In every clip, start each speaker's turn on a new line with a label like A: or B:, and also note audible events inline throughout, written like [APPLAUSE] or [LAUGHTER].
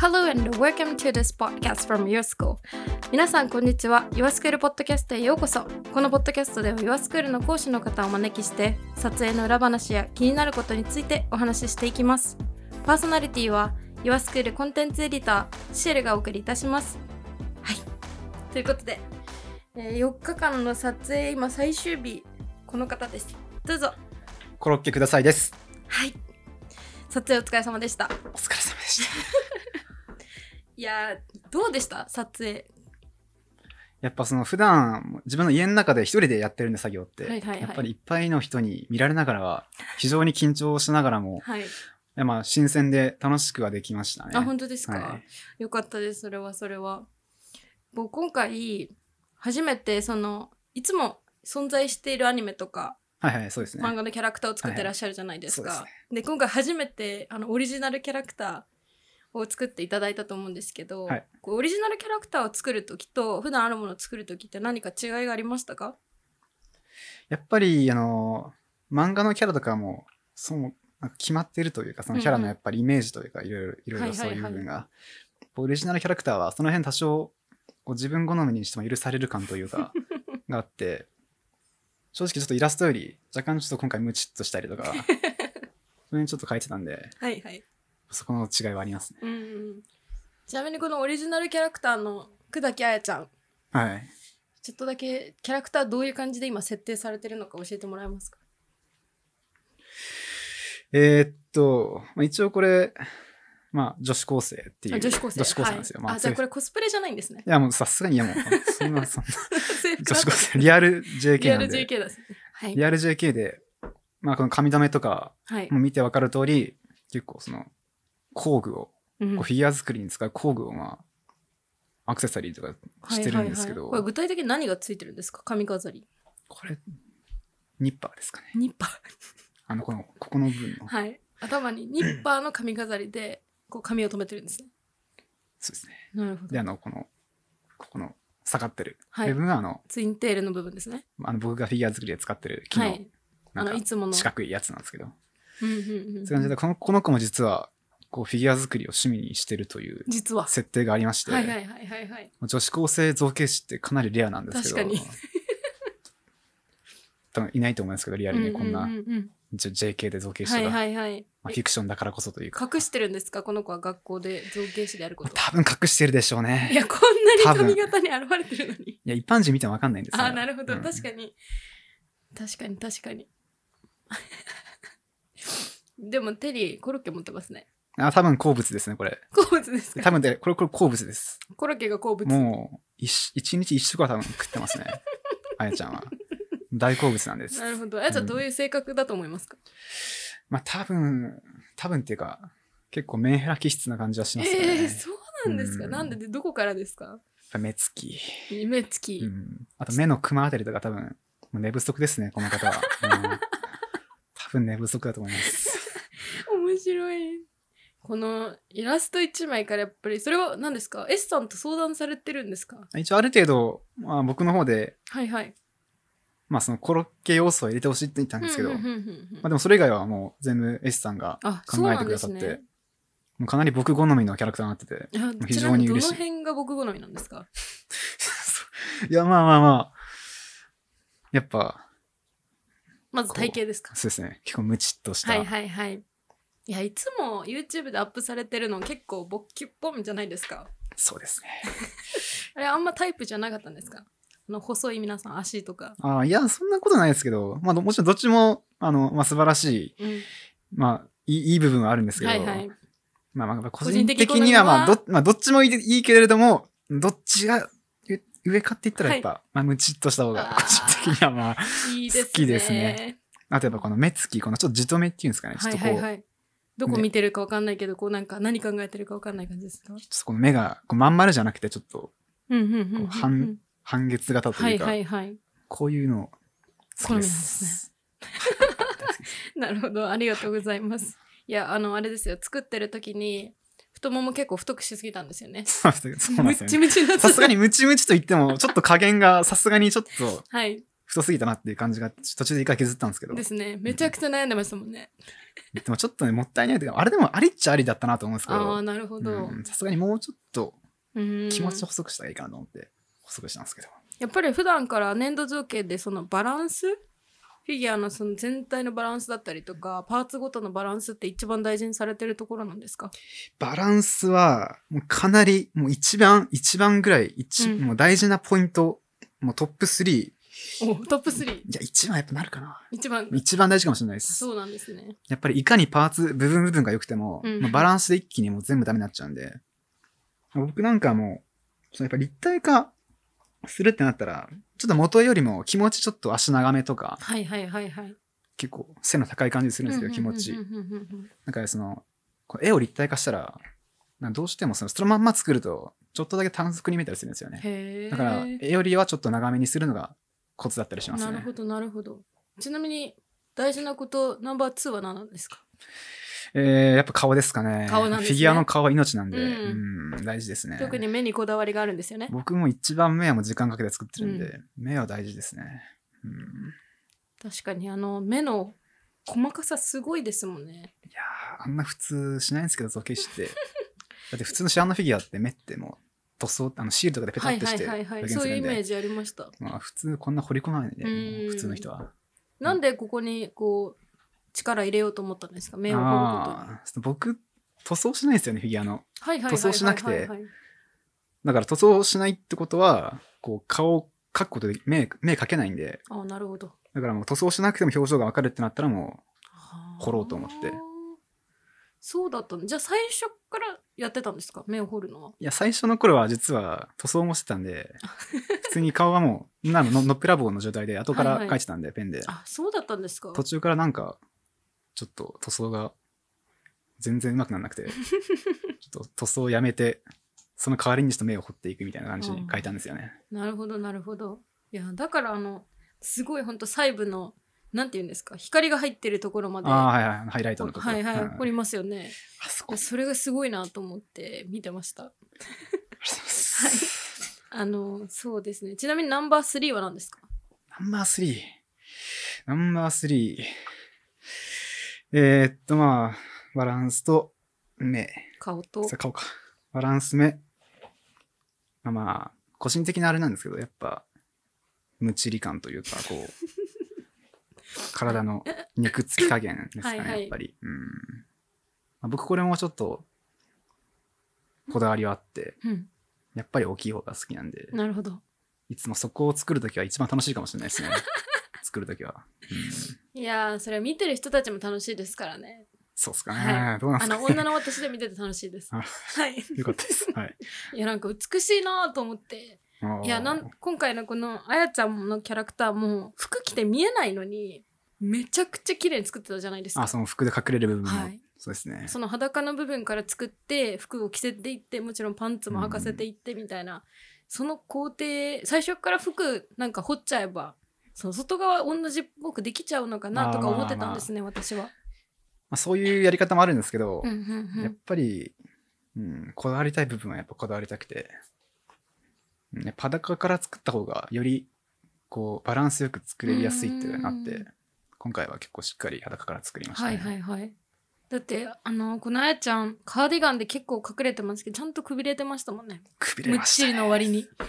A: Hello and welcome to this podcast from Your School. 皆さん、こんにちは。Your School Podcast へようこそ。このポッドキャストでは Your School の講師の方をお招きして、撮影の裏話や気になることについてお話ししていきます。パーソナリティは Your School コンテンツエディター、シエルがお送りいたします。はい。ということで、えー4日間の撮影、今最終日、この方です。どうぞ。
B: コロッケくださいです。
A: はい。撮影お疲れ様でした。
B: お疲れ様でした。
A: いやー、どうでした撮影。
B: やっぱその普段自分の家の中で一人でやってるんで作業って、
A: はいはいはい
B: やっぱりいっぱいの人に見られながらは非常に緊張しながらも、
A: はい。
B: いやまあ新鮮で楽しくはできましたね。
A: あ、本当ですか、
B: はい
A: よかったです、それはそれは。僕、今回、初めて、その、いつも存在しているアニメとか、
B: はいはいそうですね。
A: 漫画のキャラクターを作ってらっしゃるじゃないですか。
B: はいはいそうで
A: で今回初めて、あの、オリジナルキャラクターを作っていただいたと思うんですけど、
B: はい
A: こうオリジナルキャラクターを作るときと、普段あるものを作るときって何か違いがありましたか
B: やっぱりあの漫画のキャラとかもそうなんか決まってるというかそのキャラ
A: うんう
B: の
A: ん
B: やっぱりイメージというかいろいろいろい
A: はい
B: ろ
A: はい
B: そう
A: はい
B: いう部分が。オリジナルキャラクターはその辺多少こう自分好みにしても許される感とい
A: [LAUGHS]
B: うかがあって正直ちょっとイラストより若干ちょっと今回ムチッとしたり
A: [LAUGHS]
B: とかそれにちょっと書いてたんで
A: はいはい。
B: そこの違いはありますね。
A: うんうん。ちなみにこのオリジナルキャラクターの久木彩ちゃん
B: はい
A: ちょっとだけキャラクターどういう感じで今設定されてるのか教えてもらえますか
B: えーっと、まあ、一応これ、まあ、女子高生っていう
A: あ女子高生
B: なんですよ。
A: はい
B: ま
A: あ
B: あ、
A: じゃあ
B: そ
A: こ
B: ういう
A: れコスプレじゃないんですね [LAUGHS]
B: いやもうさすがにいやもうそんなそんな
A: 制服
B: 女
A: は
B: 子高生、リアル JK
A: リア
B: な
A: ル
B: んで。
A: JK ですはい
B: リアル JK で、まあこの髪留めとか
A: はい
B: も見てわかる通り、結構その工具を、
A: うん
B: こうフィギュア作りに使う工具をまあ、アクセサリーとかしてるんですけど、
A: はいはいはいこれ具体的に何がついてるんですか髪飾り
B: これ、ニッパーですかね。
A: ニッパ
B: あの、この、ここの部分の
A: ー。はい頭にニッパーの髪飾りでこう髪を留めてるんですね
B: そうですね。
A: なるほど
B: で、あの、この、ここの下がってる
A: はい
B: 部分が、あの、
A: ツインテールの部分ですね
B: あの僕がフィギュア作りで使ってる木
A: は
B: の
A: い、
B: な
A: あの
B: ん
A: い
B: か
A: つもの
B: 四角いやつなんですけど、
A: うんうんうん
B: そういう感じで、このこの子も実は、こう、フィギュア作りを趣味にしてるという
A: 実は
B: 設定がありまして、
A: はいはいはいはいはい
B: 女子高生造形師ってかなりレアなんですけど
A: 確かに
B: [LAUGHS] 多分いないと思うんですけどリアルにこん
A: う
B: な
A: ううんうん
B: じゃ JK で造形師
A: は
B: と
A: い
B: か、
A: はいはい
B: まあ、フィクションだからこそというか
A: 隠してるんですかこの子は学校で造形師であること
B: 多分隠してるでしょう
A: い
B: ね
A: やこんな
B: 多
A: に
B: 分
A: 髪型に現れてるのに
B: いや一般人見ても分かんないんですよ
A: ああなるほど、
B: うん
A: 確かに確かに確かに [LAUGHS] でもテリーコロッケ持ってますね
B: あ多分好物ですねこれ
A: 好物ですか
B: 多分でこれこれ好物です
A: コロッケが好物
B: もう一一日一食は多分食ってますね
A: [LAUGHS]
B: あやちゃんは大好物なんです
A: なるほどあやちゃんどういう性格だと思いますか、
B: まあ多分多分っていうか結構メンヘラ気質な感じはしますよね、
A: ええ
B: やっ
A: そうなんですか、
B: うん
A: なんででどこからですか
B: ぱ目つき
A: 目つき、
B: うん、あと目のクマあたりとか多分、もう寝不足ですね、この
A: [LAUGHS]
B: 方は。うん多分寝不足だと思います。
A: 面白いこのイラスト一枚からやっぱりそれは何ですか S さんと相談されてるんですか
B: 一応ある程度、まあ、僕の方で、
A: はいはい
B: まあそのコロッケ要素を入れてほしいって言ったんですけど、
A: うんうん
B: ま
A: うんうんうん
B: あでもそれ以外はもう全部 S さんが
A: あ
B: 考えてくださって、もうかなり僕好みのキャラクターになって [LAUGHS] て。
A: そうなんですねあ
B: 非常に嬉しい
A: ちなみどの辺が僕好みなんですか
B: いや、まあまあまあ、やっぱ、
A: まず体型ですか
B: そうですね、結構ムチっとした。
A: はいはいはいいやいつも YouTube でアップされてるの結構ボッキュッポンじゃないですか
B: そうですね。
A: あれあんまタイプじゃなかったんですかあの細い皆さん足とか、
B: ああ、いや、そんなことないですけど、まあどもちろんどっちも、あの、まあ素晴らしい、
A: うん、
B: まあいいいい部分はあるんですけど、
A: はいはい
B: まあまあまあ、個
A: 人
B: 人
A: 的
B: 的には
A: 好みは
B: まあど、まあどっちもいいいいけれども、どっちがう上かって言ったらやっぱ、まあムチっとした方が
A: あー
B: 個人的にはまあ、
A: いいですね
B: 好きですねあとやっぱこの目つき、このちょっとじと目っていうんですかね、ち
A: は
B: ょっ
A: い
B: とこう、
A: はいはいどこ見てるかわかんないけど、こうなんか何考えてるかわかんない感じですか
B: ちょっとこの目がこうまん丸じゃなくてちょっと
A: うんうんうんうん、うん、
B: こう半半月型と
A: はいいう
B: か、
A: はいはい
B: こういうの好き
A: 好みなん
B: で
A: です
B: す。
A: なるほどありがとうございますいやあのあれですよ作ってる時に太もも結構太くしすぎたんですよね
B: そうなんですよそうな
A: [LAUGHS]
B: ん
A: ム
B: です
A: チ
B: よね
A: ムチだった
B: さすがにムチムチと言っても、ちょっと加減がさすがにちょっと
A: はい
B: 太すぎたなっていう感じが途中で一回削ったんですけど
A: で、すねめちゃくちゃ悩んでましたもんね、
B: でもちょっとね、もったいないというか、あれでもありっちゃありだったなと思うんですけ
A: ああ
B: ど、
A: なるほど、
B: うんさすがにもうちょっと
A: うん
B: 気持ちを細くしたらいいかなと思って、細くしたんですけど。
A: やっぱり普段から粘土造形でそのバランスフィギュアのその全体のバランスだったりとかパーツごとのバランスって一番大事にされてるところなんですか
B: バランスは、もうかなり、もう一番、一番ぐらい、一
A: うん
B: もう大事なポイント、もうトップ3、い
A: おトップ3
B: や、一番やっぱなるかな。
A: 一番
B: 一番大事かもしれないです。
A: そうなんですね
B: やっぱりいかにパーツ、部分部分が良くても、
A: うん
B: まあバランスで一気にもう全部ダメになっちゃうんで、僕なんかもう、そのやっぱ立体化するってなったら、ちょっと元よりも気持ちちょっと足長めとか、
A: はいはいはいはい
B: 結構背の高い感じするんですけど、気持ちいい。
A: うんうんうんうんうん
B: なんかその、こう絵を立体化したら、なんかどうしてもそのそのまんま作ると、ちょっとだけ短縮に見えたりするんですよね。
A: へえ
B: だから、絵よりはちょっと長めにするのがコツだったりします
A: なる
B: ね
A: ほ。どなるほどちなみに大事なことナンバー2は何なんですか
B: えー、やっぱ顔ですかね。
A: 顔なんですね
B: フィギュアの顔は命なんで、
A: う
B: うん、大事ですね。
A: 特に目にこだわりがあるんですよね
B: 僕も一番目はもう時間かけて作ってるんで、目は大事ですね。うん、
A: 確かにあの目の細かさすごいですもんね
B: いやーあんな普通しないんですけど、造形師って。
A: [LAUGHS]
B: だって普通のシアンのフィギュアって目ってもう塗装、あのシールとかでペタ
A: はい
B: ッと
A: は
B: し
A: い
B: て
A: はい
B: 表
A: はい
B: 現
A: そう
B: す
A: いう
B: る
A: イ
B: ん
A: メー
B: で、
A: ジありました
B: まあ普通こんな彫り込まないんで、
A: うん
B: 普通の人は。
A: なんでここにこう力入れようと思ったんですか目を彫ることに
B: あー僕塗装しないんですよねフィギュアの
A: はいはいはいはいはいはい
B: 塗装しなくてだから塗装しないってことはこう顔を描くことで目目描けないんで
A: ああなるほど
B: だからもう塗装しなくても表情がわかるってなったらも
A: あー
B: 彫ろうと思って
A: そうだったのじゃあ最初からやってたんですか目を彫るのは
B: ういや最初の頃は実は塗装もしてたんで
A: [LAUGHS]
B: 普通に顔はもうなのののっぺらぼうの状態で後か
A: はい
B: ら
A: はい
B: 描いてたんで、ペンで
A: あそうだったんですか
B: 途中からなんかちょっと塗装が全然うまくならな
A: [LAUGHS]
B: くてちょっと塗装をやめてその代わりにちょっと目を彫っていくみたいな感じに描いたんですよね、
A: なるほどなるほどいやだからあのすごいほんと細部のなんて言うんですか光が入ってるところまで
B: ああ、はいはい、ハイライトのところ。
A: はいはい
B: うん
A: 彫りますよね
B: あそ
A: い
B: こ。あ
A: や
B: り
A: それがすごいなと思って見てました
B: がとうございます。
A: あのそうですねちなみにナンバー3は何ですか
B: ナンバースリー。ナンバースリー。えー、っと、まあ、バランスと目。
A: 顔と
B: さあ、買おうか。バランス目。まあまあ、個人的なあれなんですけど、やっぱ、むちり感というか、
A: [LAUGHS]
B: こう、体の肉つき加減ですかね、
A: はいはい
B: やっぱり。うん。まあ、僕これもちょっと、こだわりはあって、
A: うん
B: やっぱり大きい方が好きなんで、
A: なるほど
B: いつもそこを作るときは一番楽しいかもしれないで
A: [LAUGHS]
B: すね。作るときは。うん
A: いやーそれは見てる人たちも楽しいですからね
B: そうっすかね。
A: は
B: どうなん
A: あ
B: すか
A: の
B: ね。
A: 女の私で見てて楽しいです
B: あ
A: はい
B: よかったです。
A: [LAUGHS]
B: はい。
A: いやなんか美しいなと思って
B: あー
A: いやなん今回のこのあやちゃんのキャラクターも服着て見えないのにめちゃくちゃ綺麗に作ってたじゃないです
B: あ、
A: か
B: その服で隠れる部分も、
A: はい
B: そうですね。
A: その裸の部分から作って服を着せていってもちろんパンツも履かせていってみたいな、その工程最初から服なんか掘っちゃえばその外側同じっぽくできちゃうのかなとか思ってたんですね、私は、
B: まあ、そういうやり方もあるんですけど、
A: うんうんうん
B: やっぱり、うん、こだわりたい部分はやっぱこだわりたくて、うんやっぱ裸から作った方がよりこうバランスよく作れやすいっていうのがあっ
A: うん
B: て、今回は結構しっかり裸から作りました、
A: は
B: ね。
A: いはいはい。だってあのこのあやちゃんカーディガンで結構隠れてますけどちゃんとくびれてましたもんね。
B: くびれ
A: むっ
B: まし
A: ち
B: た、
A: り
B: ね。
A: の割に。
B: だ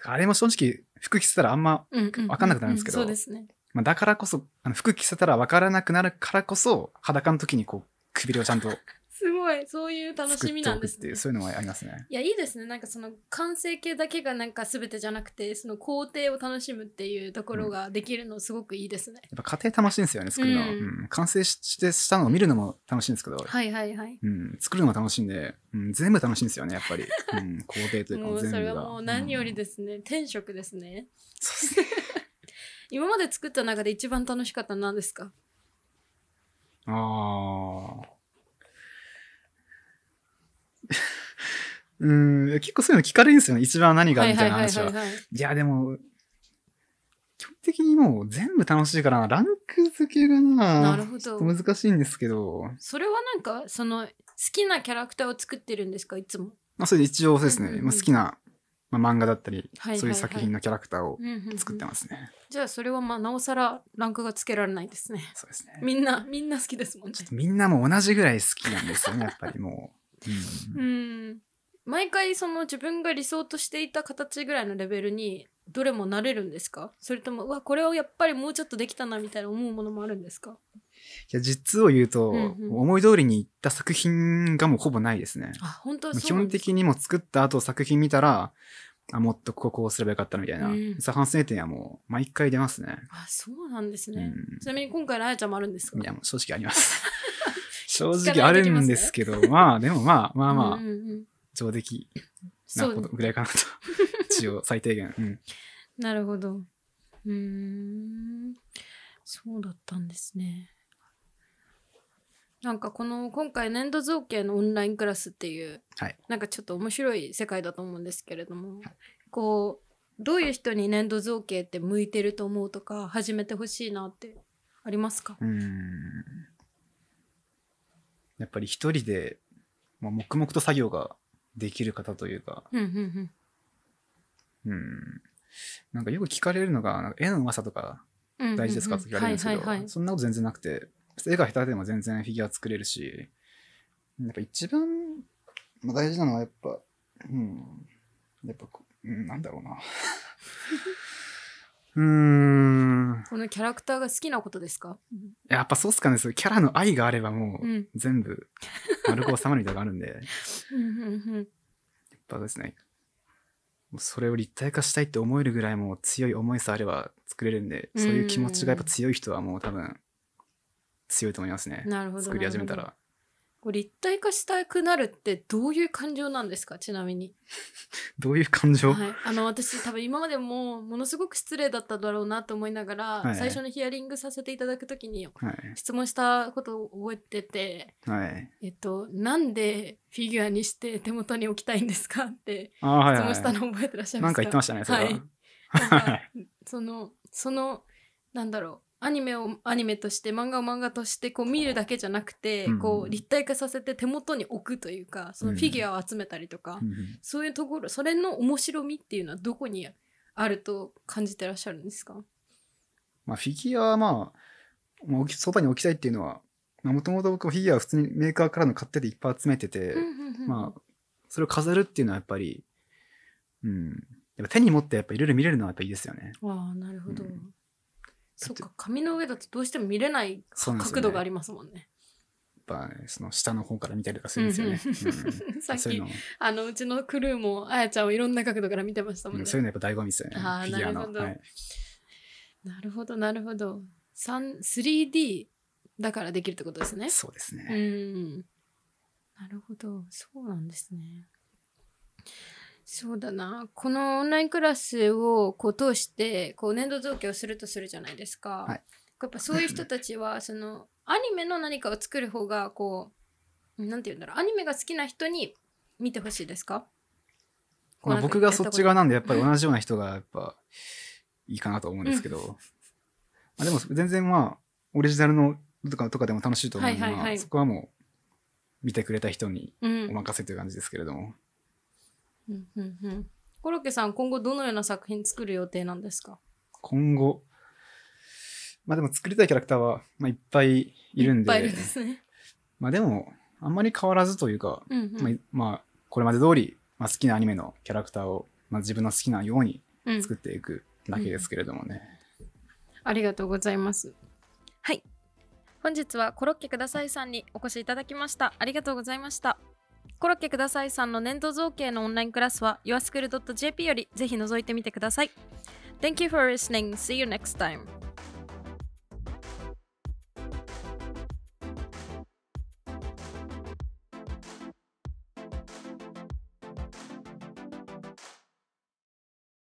B: からあれも正直服着せたらあんま
A: うんうんうん
B: わかんなくなるんですけど
A: そうですね。
B: まあ、だからこそ、あの服着せたら分からなくなるからこそ、裸の時にこう、くびれをちゃんと
A: すごいそういう楽
B: 作
A: し
B: っ
A: み
B: て
A: な
B: お
A: ん
B: く
A: で
B: っ
A: す
B: てい
A: ね
B: う、。そういうのもありますね。
A: いやいいですねなんかその完成形だけがなんか全てじゃなくてその工程を楽しむっていうところができるのすごくいいですね。
B: やっぱ家庭楽しいんですよね、作るの。
A: うん
B: うん完成ししてしたのを見るのも楽しいんですけど、
A: はいはいはい。
B: うん、作るのも楽しいんで、うん、全部楽しいんですよね、やっぱ
A: [LAUGHS]
B: り。うん、工程というか
A: もう
B: 全
A: そ
B: 部
A: れ
B: が。
A: はもう何より
B: うん
A: ですね、天職ですね。
B: そうですね。
A: 今まで作った中で一番楽しかったのは何ですか
B: ああ。うん、結構そういうの聞かれるんですよね。一番何が
A: は
B: み
A: いは
B: たい
A: い
B: な
A: はい
B: 話
A: は
B: は。
A: いはい。
B: いや、でも、基本的にもう全部楽しいからな、ランク付けがな、
A: なるほど
B: ちょっと難しいんですけど、
A: それはなんかその好きなキャラクターを作ってるんですかいつも
B: まあ、それで一応そうです
A: う
B: ね、
A: んうんうん
B: まあ好きな、まあまあ、漫画だったり、
A: はいはい
B: そういう作品のキャラクターを
A: うんうんうん
B: 作ってますね。
A: じゃあそれはまあなおさらランクがつけられないですね
B: そうですね。
A: みんなみんな好きですもんね
B: みんなもう同じぐらい好きなんですよね、やっぱりも
A: [LAUGHS]
B: う。うん
A: うん毎回その自分が理想としていた形ぐらいのレベルにどれもなれるんですかそれともうわこれをやっぱりもうちょっとできたなみたいな思うものもあるんですか
B: いや実を言うと、
A: うんうん
B: 思い通りにいった作品がもうほぼないですね。
A: あ本当は
B: まあ基
A: そうなん
B: 本
A: です
B: 的にもう作った後作品見たら、あもっとこここうすればよかったみたいな、
A: うん
B: さ反省点はもう毎回出ますね。
A: あそうなんですね、
B: うん
A: ちなみに今回のあやちゃんもあるんですか
B: いやもう正直あり
A: [LAUGHS]
B: ます。正
A: 聞
B: 直
A: か
B: あ
A: ないで
B: る
A: きます
B: んですけど、まあでもまあまあまあ、
A: うんうんうん
B: 上出来な
A: そ
B: こと
A: う
B: ぐら
A: [LAUGHS]
B: いかなと。一応最低限。うん
A: なるほどうーんそうだったんですねなんかこの今回粘土造形のオンラインクラスっていう、
B: はい
A: なんかちょっと面白い世界だと思うんですけれども、こうどういう人に粘土造形って向いてると思うとか始めてほしいなってありますか
B: うーんやっぱり一人で、まあ、黙々と作業ができる方というか、
A: うんうん
B: うん、なんかよく聞かれるのが、なんか絵のうまさとか
A: うん
B: 大事ですかって聞かれるんです
A: う
B: け
A: んうんうんはいはいは
B: ど、
A: い
B: そんなこと全然なくて、絵が下手でも全然フィギュア作れるし、なんか一番まあ大事なのはやっぱ、うん、やっぱこう、うん、なんだろうな。 [LAUGHS] うーん、
A: このキャラクターが好きなことですか、
B: やっぱそうっすかね、そういうキャラの愛があればも
A: う
B: う、
A: ん、うん
B: 全部丸く収まるみたいなのがある
A: [LAUGHS]
B: んで、やっ
A: うんうん
B: ぱですね、もうそれを立体化したいって思えるぐらいもう強い思いさえあれば作れるんで、そういう気持ちがやっぱ強い人はもう多分強いと思いますね
A: うん。なるほど
B: 作り始めた
A: なるほど
B: ら。
A: こう立体化したくなるってどういう感情なんですかちなみに、
B: どういう感情、
A: はい、あの私多分今までもものすごく失礼だっただろうなと思いながら、
B: いはい
A: 最初のヒアリングさせていただく時に
B: はい、
A: 質問したことを覚えてて
B: はい。
A: えっとなんでフィギュアにして手元に置きたいんですかって
B: ああ、はい、
A: 質
B: は
A: 問した
B: い。
A: の覚えてらっしゃい
B: な
A: ま
B: ん
A: すか
B: か言ってましたね、それは。
A: はいなんか
B: はい。
A: そのそのなんだろうアニメをアニメとして漫画を漫画としてこう見るだけじゃなくて、
B: うん
A: こう立体化させて手元に置くというかそのフィギュアを集めたりとか、
B: うん
A: そういうところそれの面白みっていうのはどこにあると感じてらっしゃるんですか
B: まあ、フィギュアはまあ、もうそばに置きたいっていうのは、もともと僕フィギュアは普通にメーカーからの買ってていっぱい集めてて、まあ、それを飾るっていうのはやっぱり、うん。やっぱ手に持ってやっぱいろいろ見れるのはやっぱいいですよね。
A: あ、わあなるほど、
B: うん
A: そっか紙の上だとどうしても見れない
B: そうなんですよ
A: 角
B: ね
A: 度がありますもんね。
B: やっぱ、ね、その下の方から見たりとかするんですよね。うん
A: さっ
B: そうい
A: き
B: うの、
A: あのうちのクルーもあやちゃんをいろんな角度から見てましたもん
B: う
A: ね
B: ん。そういうのやっぱ醍醐味ですよね。フ
A: あー
B: ィギュア
A: なるほ
B: の。
A: ど
B: はい、
A: なるほどなるほど。三 3D だからできるってことですね。
B: そうです
A: う
B: ね。
A: ん。なるほど、そうなんですね。そうだな。このオンラインクラスをこう通して、こう粘土造形をするとするじゃないですか。
B: はい
A: やっぱそういう人たちは、そのアニメの何かを作る方が、こう、なんて言うんだろう、アニメが好きな人に見てほしいですかこう
B: ま
A: な
B: あ、
A: んか
B: 僕がそっち
A: や
B: 側なんで、やっぱり同じような人がやっぱいいかなと思うんですけど、まあでも全然まあ、オリジナルのとかとかでも楽しいと思うんで、
A: はいはいはい
B: まあそこはもう見てくれた人
A: た
B: に
A: ことない
B: お任せという感じですけれども。
A: うん。うんうんうんコロッケさん、今後どのような作品作る予定なんですか
B: 今後、まあでも作りたいキャラクターは、まあ、いっぱいいる
A: い
B: んで、
A: っぱいいるんですね。
B: まあでも、あんまり変わらずというか、
A: うんうん
B: まあい、まあ、これまで通り、まあ、好きなアニメのキャラクターを、まあ、自分の好きなように
A: うん
B: 作っていくだけですけれどもね。
A: ありがとうございます。はい。本日はコロッケくださいさんにお越しいただきました。ありがとうございました。コロッケくださいさんの粘土造形のオンラインクラスは yourschool.jp よりぜひ覗いてみてください。Thank you for listening. See you next time.